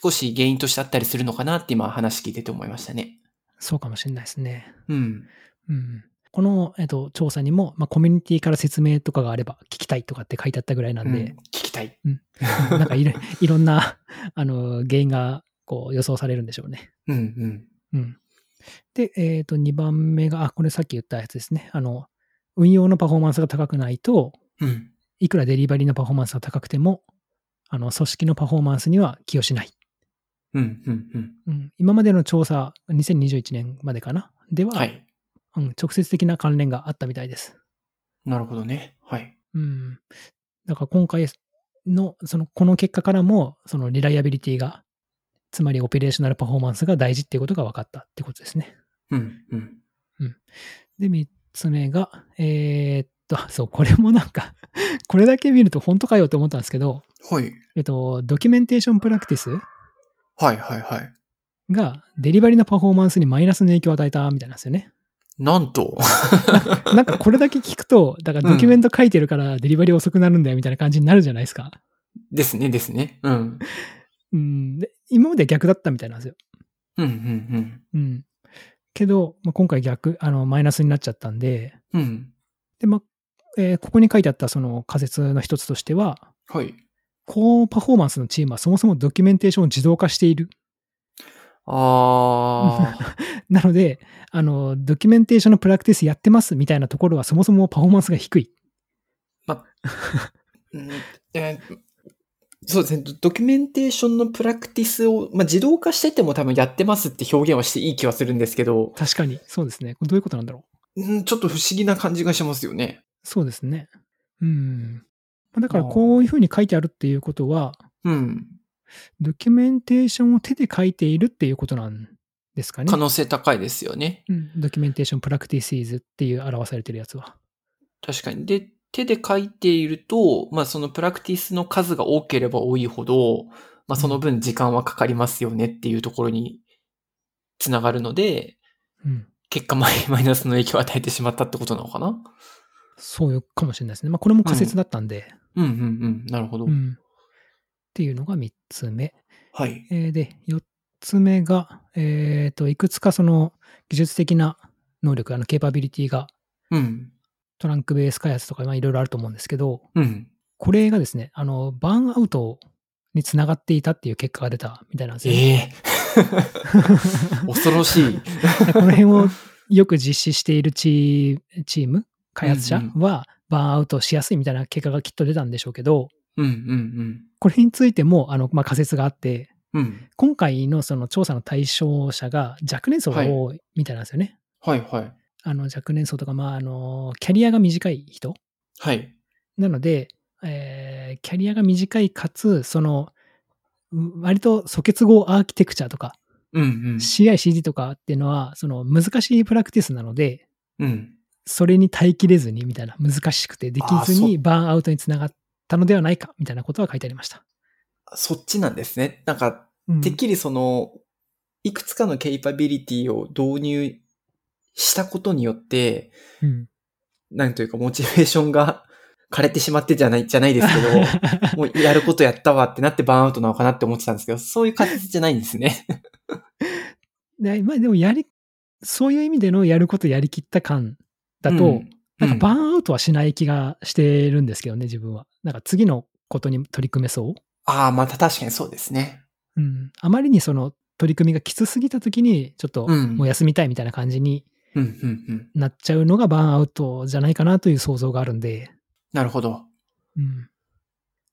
Speaker 2: 少し原因としてあったりするのかなって今話聞いてて思いましたね。
Speaker 1: そうかもしれないですね。
Speaker 2: うん。
Speaker 1: うん。この、えっと、調査にも、まあ、コミュニティから説明とかがあれば聞きたいとかって書いてあったぐらいな
Speaker 2: うんん
Speaker 1: で、
Speaker 2: 聞きたい。
Speaker 1: なんかいろいろんな、あの、原因が、こう、予想されるんでしょうね。
Speaker 2: うんうん。
Speaker 1: うん。で、えっ、と、2番目が、あ、これさっき言ったやつですね。あの、運用のパフォーマンスが高くないと、
Speaker 2: うん。
Speaker 1: いくらデリバリーのパフォーマンスが高くても、あの、組織のパフォーマンスには寄与しない。
Speaker 2: うんうんうん。
Speaker 1: うん、今までの調査、2021年までかな、では、
Speaker 2: はい。
Speaker 1: うん、直接的な関連があったみたいです。
Speaker 2: なるほどね。はい。
Speaker 1: うん、だから今回の、そのこの結果からも、そのリライアビリティが、つまりオペレーショナルパフォーマンスが大事っていうことが分かったってことですね。
Speaker 2: うんうん。
Speaker 1: で、3つ目が、えーっと、 あそう、これもなんか、これだけ見ると本当かよって思ったんですけど、
Speaker 2: はい。
Speaker 1: えっと、ドキュメンテーションプラクティス
Speaker 2: はいはいはい。
Speaker 1: がデリバリのパフォーマンスにマイナスの影響を与えたみたいなんですよね。
Speaker 2: なんと。
Speaker 1: なんかこれだけ聞くと、だからドキュメント書いてるからデリバリー遅くなるんだよみたいな感じになるじゃないですか。
Speaker 2: ですね、ですね。うん。
Speaker 1: うん。で、今までは逆だったみたいなんですよ。
Speaker 2: うん、うん、
Speaker 1: うん。けど、まあ、今回逆、あの、マイナスになっちゃったんで、
Speaker 2: うん。うん。
Speaker 1: で、まあ、えーここに書いてあったその仮説の一つとしては、
Speaker 2: はい。
Speaker 1: 高パフォーマンスのチームはそもそもドキュメンテーションを自動化している。
Speaker 2: あー。
Speaker 1: なので、あの、ドキュメンテーションのプラクティスやってますみたいなところはそもそもパフォーマンスが低い。
Speaker 2: うんえーそうですね。ドドキュメンテーションのプラクティスを、まあ、自動化してても多分やってますって表現はしていい気はするんですけど、
Speaker 1: 確かに。そうですね。これどういうことなんだろう。
Speaker 2: うんちょっと不思議な感じがしますよね。
Speaker 1: そうですね。うん。まあだからこういうふうに書いてあるっていうことは、
Speaker 2: うん。
Speaker 1: ドキュメンテーションを手で書いているっていうことなんですかね
Speaker 2: 可。能性高いですよね。
Speaker 1: うんドキュメンテーションプラクティシーズっていう表されてるやつは。
Speaker 2: 確かに。で、手で書いていると、まあそのプラクティスの数が多ければ多いほど、まあその分時間はかかりますよねっていうところにつながるので、
Speaker 1: うん。
Speaker 2: 結果マイマイナスの影響を与えてしまったってことなのかな
Speaker 1: そういうかもしれないですね。まあこれも仮説だったんで。
Speaker 2: うんうんうん。なるほど。
Speaker 1: うん。っていうのが3つ目。
Speaker 2: はい。
Speaker 1: えーで、4つ目が、えっ、と、いくつかその技術的な能力、あの、ケーパビリティが
Speaker 2: うん。
Speaker 1: トランクベース開発とか、まあいろいろあると思うんですけど、
Speaker 2: うん。
Speaker 1: これがですね、あの、バーンアウトにつながっていたっていう結果が出たみたいなんですよね、
Speaker 2: ええ恐ろしい。
Speaker 1: この辺をよく実施しているチーチーム、開発者は、バーンアウトしやすいみたいな結果がきっと出たんでしょうけど、
Speaker 2: うんうん
Speaker 1: これについても、あの、まあ、仮説があって、
Speaker 2: うん。うん。
Speaker 1: 今回のその調査の対象者が若年層が多いみたいなんですよね。
Speaker 2: はいはい。
Speaker 1: あの若年層とか、まあ、あのキャリアが短い人
Speaker 2: はい。
Speaker 1: なので、えーキャリアが短いかつそのう割と素結合アーキテクチャとか、
Speaker 2: うん
Speaker 1: CICD とかっていうのはその難しいプラクティスなので
Speaker 2: うん。うん。
Speaker 1: それに耐えきれずにみたいな難しくてできず
Speaker 2: あーそ
Speaker 1: にバーンアウトにつながったのではないかみたいなことは書いてありました。
Speaker 2: そっちなんですね。なんか、
Speaker 1: うん
Speaker 2: てっきりその、いくつかのケイパビリティを導入したことによって、
Speaker 1: うん
Speaker 2: なんというかモチベーションが枯れてしまってじゃない、じゃないですけ ど、もうやることやったわってなってバーンアウトなのかなって思ってたんですけど、そういう形じゃないんですね。
Speaker 1: でまあ、でもやりそういう意味でのやることやりきった感だと、
Speaker 2: うん
Speaker 1: なんかバー
Speaker 2: ン、
Speaker 1: ンアウトはしない気がしてるんですけどね、自分は。なんか次のことに取り組めそ
Speaker 2: ああ、また確かにそうですね。
Speaker 1: う。うん。あまりにその取り組みがきつすぎた時に、ちょっと
Speaker 2: うん
Speaker 1: もう休みたいみたいな感じに
Speaker 2: うん、うん、うん。
Speaker 1: なっちゃうのがバーンアウトじゃないかなという想像があるんで。
Speaker 2: なるほど。
Speaker 1: うん。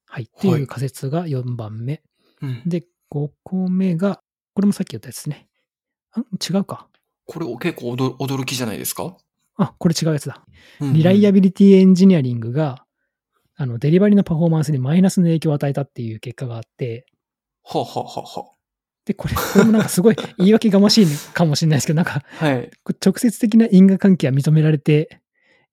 Speaker 1: はい。っていう仮説が4番目。
Speaker 2: うん、
Speaker 1: で、5個目が、これもさっき言ったやつですね。あ違うか。
Speaker 2: これ結構驚驚きじゃないですか、
Speaker 1: あ、これ違うやつだ。
Speaker 2: うんうん
Speaker 1: リライアビリティエンジニアリングが、あの、デリバリーのパフォーマンスにマイナスの影響を与えたっていう結果があって、
Speaker 2: はあ、はあはあは
Speaker 1: で、これ、これもなんかすごい言い訳がましいかもしれないですけど、なんか、
Speaker 2: あ、はい。
Speaker 1: こう直接的な因果関係は認められて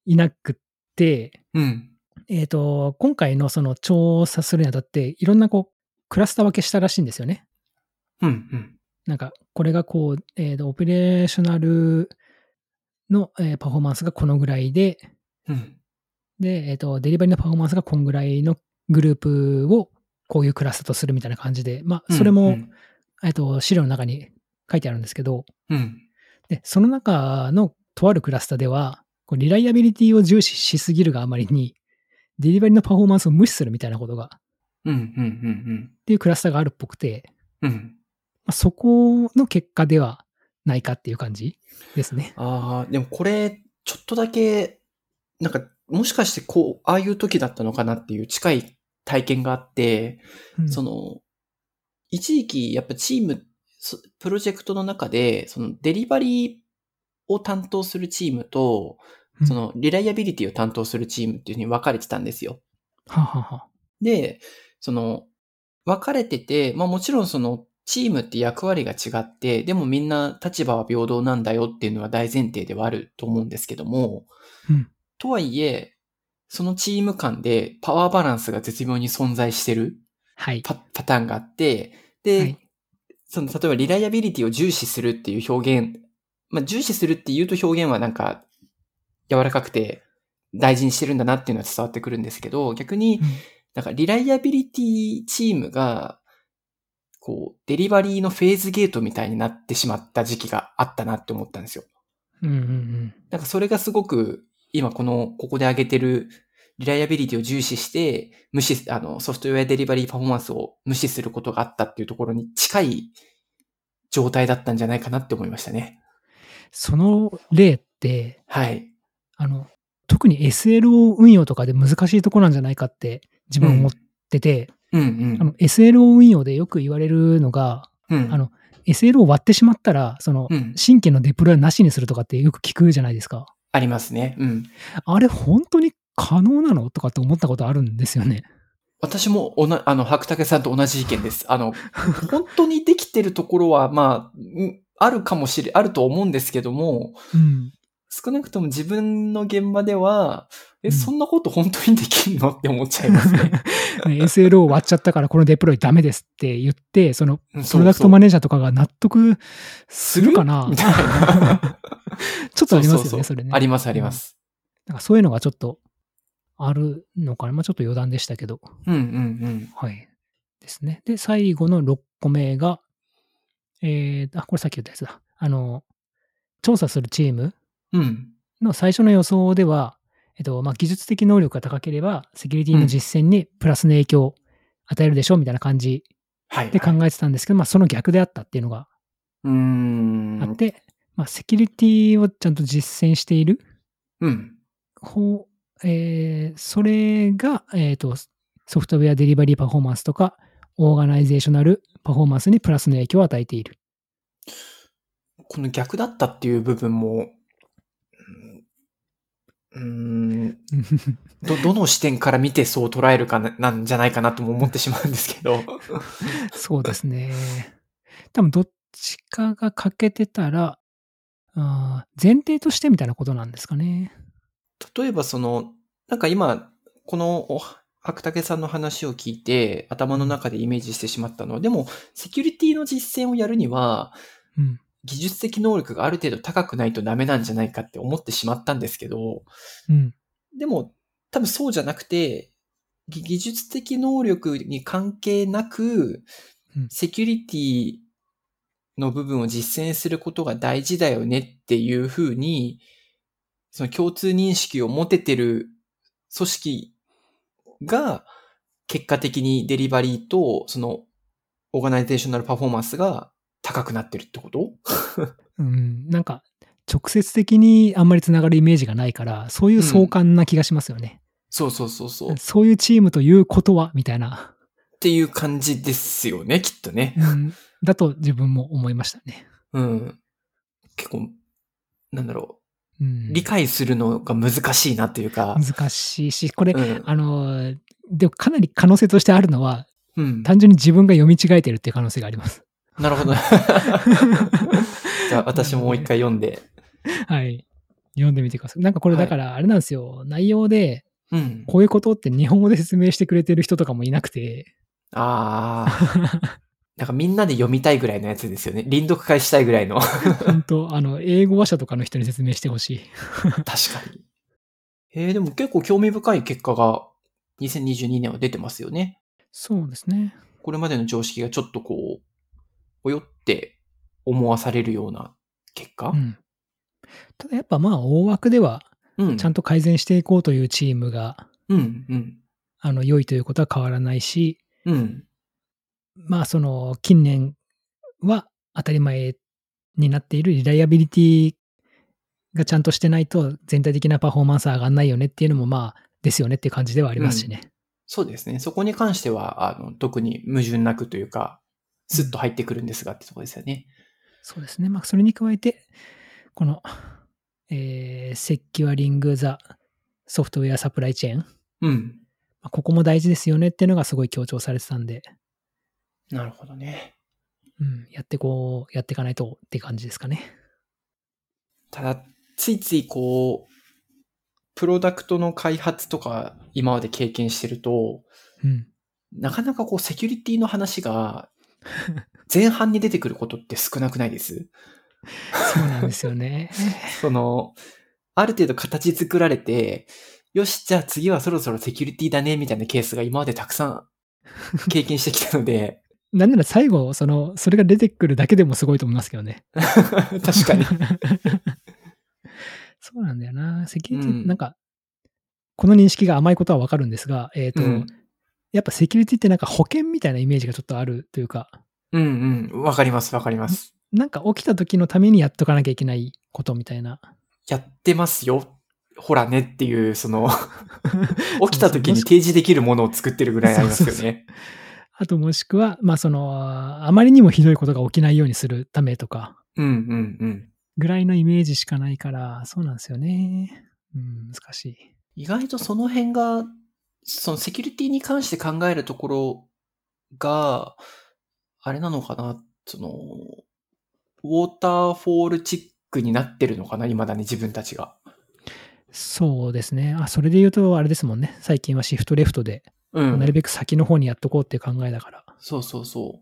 Speaker 1: いなくって、
Speaker 2: うん。
Speaker 1: えっ、と、今回のその調査するにあたって、いろんなこう、クラスター分けしたらしいんですよね。
Speaker 2: うん、うん。
Speaker 1: なんか、これがこう、えっ、と、オペレーショナルの、えーパフォーマンスがこのぐらいで、
Speaker 2: うん。
Speaker 1: で、えっ、と、デリバリーのパフォーマンスがこんぐらいのグループをこういうクラスターとするみたいな感じで、まあ、それも、
Speaker 2: うん、
Speaker 1: えっ、と、資料の中に書いてあるんですけど、
Speaker 2: うん。
Speaker 1: で、その中のとあるクラスターでは、こうリライアビリティを重視しすぎるがあまりに、デリバリーのパフォーマンスを無視するみたいなことが、っ
Speaker 2: うん、うん、
Speaker 1: ていうクラスターがあるっぽくて、
Speaker 2: うん、うん。
Speaker 1: まあ、そこの結果ではないかっていう感じですね。
Speaker 2: ああ、でもこれ、ちょっとだけ、なんか、もしかしてこう、ああいう時だったのかなっていう近い体験があって、
Speaker 1: うん
Speaker 2: その、一時期、やっぱチーム、そプロジェクトの中で、その、デリバリーを担当するチームと、そ、
Speaker 1: うん
Speaker 2: の、リライアビリティを担当するチームっていうふうに分かれてたんですよ。
Speaker 1: はあはあはあ
Speaker 2: で、その、分かれてて、まあもちろんその、チームって役割が違って、でもみんな立場は平等なんだよっていうのは大前提ではあると思うんですけども、
Speaker 1: うん
Speaker 2: とはいえ、そのチーム間でパワーバランスが絶妙に存在してる
Speaker 1: はい。
Speaker 2: パパターンがあって、で、
Speaker 1: はい
Speaker 2: その、例えばリライアビリティを重視するっていう表現まあ、重視するって言うと表現はなんか、柔らかくて大事にしてるんだなっていうのは伝わってくるんですけど、逆に、なんかリライアビリティチームが、こう、デリバリーのフェーズゲートみたいになってしまった時期があったなって思ったんですよ。
Speaker 1: うんうんうん。
Speaker 2: なんかそれがすごく、今この、ここで挙げてる、リライアビリティを重視して、無視、あの、ソフトウェアデリバリーパフォーマンスを無視することがあったっていうところに近い状態だったんじゃないかなって思いましたね。
Speaker 1: その例って、
Speaker 2: はい。
Speaker 1: あの、特に SLO 運用とかで難しいとこなんじゃないかって自分は思ってて、
Speaker 2: うんう
Speaker 1: あ
Speaker 2: ん。
Speaker 1: の SLO 運用でよく言われるのが、
Speaker 2: うん、
Speaker 1: あの SLO を割ってしまったら、その、
Speaker 2: うん。
Speaker 1: 新規のデプロイなしにするとかってよく聞くじゃないですか。
Speaker 2: ありますね。うん。
Speaker 1: あれ本当に可能なのとかって思ったことあるんですよ ね。
Speaker 2: 私もおな、あの、白竹さんと同じ意見です。 あの、本当にできてるところは、まあ、うんあるかもしれ、あると思うんですけども、
Speaker 1: うん。
Speaker 2: 少なくとも自分の現場では、え、
Speaker 1: うん
Speaker 2: そんなこと本当にできんのって思っちゃいますね。
Speaker 1: SLO を割っちゃったからこのデプロイダメですって言って、その
Speaker 2: うん
Speaker 1: プロダクトマネージャーとかが納得するかな
Speaker 2: みたい な。
Speaker 1: ちょっとありますよね、
Speaker 2: う
Speaker 1: そうれね。
Speaker 2: あります、あります。
Speaker 1: なんかそういうのがちょっとあるのかな。まあちょっと余談でしたけど。
Speaker 2: うんうん
Speaker 1: はい。ですね。で、最後の6個目が、えー、あ、これさっき言ったやつだ。あの、調査するチーム
Speaker 2: うん。うん。
Speaker 1: の最初の予想では、えっと、まあ、技術的能力が高ければ、セキュリティの実践にプラスの影響を与えるでしょうみたいな感じ
Speaker 2: はい。
Speaker 1: で考えてたんですけど、まあ、その逆であったっていうのが
Speaker 2: うーん。
Speaker 1: あって、まあ、セキュリティをちゃんと実践している
Speaker 2: うん。
Speaker 1: 方、えーそれが、えっと、ソフトウェアデリバリーパフォーマンスとか、オーガナイゼーショナルパフォーマンスにプラスの影響を与えている。
Speaker 2: この逆だったっていう部分も、うんうーん、ど、 どの視点から見てそう捉えるかな、なんじゃないかなとも思ってしまうんですけど。
Speaker 1: そうですね。多分どっちかが欠けてたら、あー前提としてみたいなことなんですかね。
Speaker 2: 例えばその、なんか今、このお白竹さんの話を聞いて、頭の中でイメージしてしまったのは、でも、セキュリティの実践をやるには、
Speaker 1: うん。
Speaker 2: 技術的能力がある程度高くないとダメなんじゃないかって思ってしまったんですけど、
Speaker 1: うん。
Speaker 2: でも、多分そうじゃなくて、ぎ技術的能力に関係なく
Speaker 1: うん、
Speaker 2: セキュリティの部分を実践することが大事だよねっていうふうに、その共通認識を持ててる組織が、結果的にデリバリーと、その、オーガナイゼーショナルパフォーマンスが高くなってるってこと
Speaker 1: うん。なんか、直接的にあんまりつながるイメージがないから、そういう相関な気がしますよね。
Speaker 2: そうそうそうそう。っ
Speaker 1: そういうチームということは、みたいな、
Speaker 2: ていう感じですよね、きっとね。
Speaker 1: うん、だと自分も思いましたね。
Speaker 2: うん。結構、なんだろ
Speaker 1: うん
Speaker 2: う、、理解するのが難しいなというか、
Speaker 1: 難しいし、これ、
Speaker 2: うん。
Speaker 1: あの、でもかなり可能性としてあるのは、
Speaker 2: うん、
Speaker 1: 単純に自分が読み違えてるっていう可能性があり ます。
Speaker 2: なるほど。じゃあ、私ももう一回読んで。
Speaker 1: はい。読んでみてください。なんかこれ
Speaker 2: はい
Speaker 1: だから、あれなんですよ、内容で、
Speaker 2: うん。
Speaker 1: こういうことって日本語で説明してくれてる人とかもいなく て、
Speaker 2: ああ。なんかみんなで読みたいぐらいのやつですよね。臨読会したいぐらいの。確
Speaker 1: 本当あの、英語話者とかの人に説明してほしい。
Speaker 2: かに。えー、でも結構興味深い結果が2022年は出てますよね。
Speaker 1: そうですね。
Speaker 2: これまでの常識がちょっとこう、およって思わされるような結果
Speaker 1: う、ん。ただやっぱまあ、大枠では、
Speaker 2: うん、
Speaker 1: ちゃんと改善していこうというチームが、
Speaker 2: うん、うん、
Speaker 1: あの、良いということは変わらないし、
Speaker 2: うん。
Speaker 1: まあ、その、近年は当たり前になっているリライアビリティがちゃんとしてないと、全体的なパフォーマンスは上がらないよねっていうのも、まあ、ですよねっていう感じではありますしね。
Speaker 2: そうですね。そこに関しては、あの、特に矛盾なくというか、スッと入ってくるんですがってとこですよね。
Speaker 1: そうですね。まあ、それに加えて、この、えー、セキュアリング・ザ・ソフトウェア・サプライチェーン。ま
Speaker 2: うん。
Speaker 1: あここも大事ですよねっていうのがすごい強調されてたんで、
Speaker 2: なるほどね。
Speaker 1: うん、やってこう、やっていかないとって感じですかね。
Speaker 2: ただ、ついついこう、プロダクトの開発とか、今まで経験してると、
Speaker 1: うん。
Speaker 2: なかなかこ う、セキュリティの話が、前半に出てくることって少なくないです。
Speaker 1: そうなんですよね。
Speaker 2: その、ある程度形作られて、よし、じゃあ次はそろそろセキュリティだね、みたいなケースが今までたくさん経験してきたので、
Speaker 1: なんなら最後、その、それが出てくるだけでもすごいと思いますけどね。
Speaker 2: 確かに。
Speaker 1: そうなんだよな。セキュリテ
Speaker 2: う
Speaker 1: ィ、
Speaker 2: ん
Speaker 1: なんか、この認識が甘いことはわかるんですが、えっ、と、
Speaker 2: うん
Speaker 1: やっぱセキュリティってなんか保険みたいなイメージがちょっとあるというか、
Speaker 2: うんうん。わかります、わかります。
Speaker 1: なんか起きた時のためにやっとかなきゃいけないことみたいな。
Speaker 2: やってますよ。ほらねっていう、そ の、起きた時に提示できるものを作ってるぐらいありますよね。
Speaker 1: あともしくは、まあその、あまりにもひどいことが起きないようにするためとか、
Speaker 2: うんうんうん。
Speaker 1: ぐらいのイメージしかないから、そうなんですよね。うん、難しい。
Speaker 2: 意外とその辺が、そのセキュリティに関して考えるところが、あれなのかな、その、ウォーターフォールチックになってるのかな、未だに自分たちが。
Speaker 1: そうですね。あ、それで言うと、あれですもんね。最近はシフトレフトで、
Speaker 2: う
Speaker 1: なる
Speaker 2: ん。
Speaker 1: べく先の方にやっとこうっていう考えだから。
Speaker 2: そうそうそ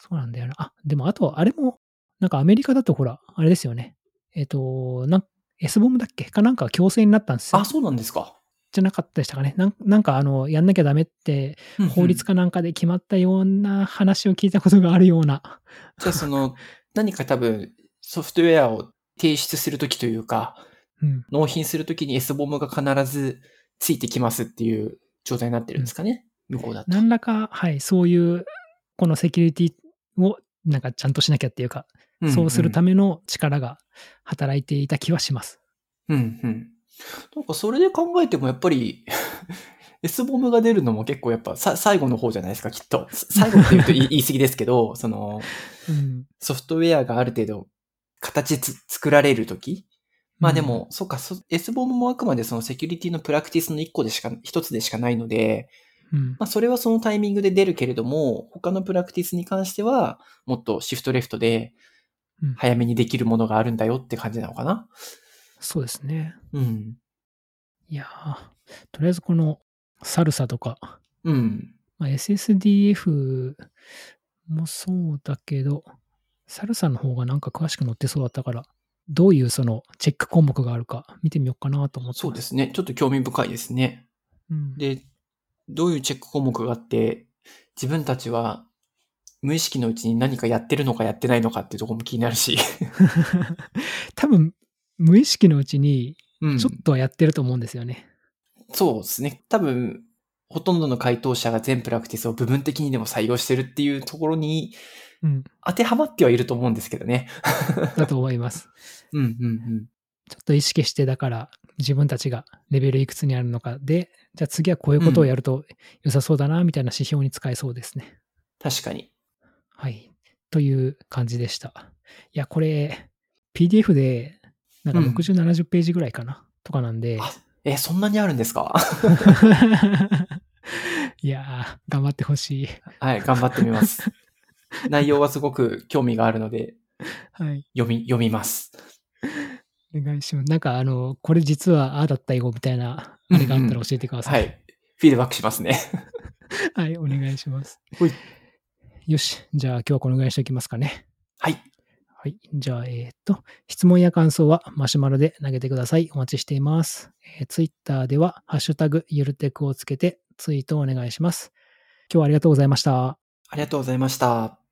Speaker 1: そうなんだよな。あ、でもあと、あれも、なんかアメリカだとほら、あれですよね。えっ、と、なん S ボムだっけかなんか強制になったんです
Speaker 2: う。
Speaker 1: よ
Speaker 2: あ、。そうなんですか。
Speaker 1: じゃなかったでしたかね。なんなんかあの、やんなきゃダメって、
Speaker 2: うんうん
Speaker 1: 法律かなんかで決まったような話を聞いたことがあるような。
Speaker 2: じゃあその、何か多分、ソフトウェアを提出するときというか、
Speaker 1: うん。
Speaker 2: 納品するときに S ボムが必ずついてきますっていう状態になってるんですかね、向こうだと。
Speaker 1: 何らか、はい、そういう、このセキュリティを、なんかちゃんとしなきゃっていうか、そうするた
Speaker 2: め。
Speaker 1: めの力が働いていた気はします。
Speaker 2: うんうん。なんかそれで考えてもやっぱり、S ボムが出るのも結構やっぱさ最後の方じゃないですか、きっと。さ最後って言う と言い言い過ぎですけど、その
Speaker 1: うん。
Speaker 2: ソフトウェアがある程度形つ作られるときまあでも、そうか、そ S ボムもあくまでそのセキュリティのプラクティスの一個でしか、一つでしかないので、
Speaker 1: うん、うん
Speaker 2: まあそれはそのタイミングで出るけれども、他のプラクティスに関しては、もっとシフトレフトで
Speaker 1: うん
Speaker 2: 早めにできるものがあるんだよって感じなのかな
Speaker 1: そうですね。
Speaker 2: うん。
Speaker 1: いやーとりあえずこの、サルサとか、
Speaker 2: うん。
Speaker 1: まあ、SSDF もそうだけど、サルさんの方がなんか詳しく載ってそうだったから、どういうそのチェック項目があるか見てみようかなと思ってます。
Speaker 2: そうで。すね。ちょっと興味深いですね。
Speaker 1: うん、
Speaker 2: で、どういうチェック項目があって、自分たちは無意識のうちに何かやってるのかやってないのかっていうところも気になるし。
Speaker 1: 多分、無意識のうちに
Speaker 2: うん
Speaker 1: ちょっとはやってると思うんですよね。
Speaker 2: そうですね。多分、ほとんどの回答者が全プラクティスを部分的にでも採用してるっていうところに
Speaker 1: うん、
Speaker 2: 当てはまってはいると思うんですけどね。
Speaker 1: だと思います。
Speaker 2: うんうんうん。
Speaker 1: ちょっと意識して、だから自分たちがレベルいくつにあるのかで、じゃあ次はこういうことをやると良さそうだな、みたいな指標に使えそうですね。
Speaker 2: 確かに。
Speaker 1: はい。という感じでした。いや、これ、PDF で、なんか
Speaker 2: うん
Speaker 1: 60、70ページぐらいかな、とかなんで。
Speaker 2: あえ、そんなにあるんですか
Speaker 1: いやー、頑張ってほしい。
Speaker 2: はい、頑張ってみ ます。内容はすごく興味があるので、
Speaker 1: はい。
Speaker 2: 読み、読みます。
Speaker 1: お願いします。なんか、あの、これ実はああだったよ、みたいな、あれがあったら教えてくださ。
Speaker 2: はいい。フィードバックしますね。
Speaker 1: はい、お願いします。
Speaker 2: ほい
Speaker 1: よし、じゃあ今日はこのぐらいにしておきますかね。
Speaker 2: はい。
Speaker 1: はい。じゃあ、えーっと、質問や感想はマシュマロで投げてください。お待ちしています。えー、ツイッターでは、ハッシュタグ、ゆるテクをつけてツイートをお願いします。今日はありがとうございました。
Speaker 2: ありがとうございました。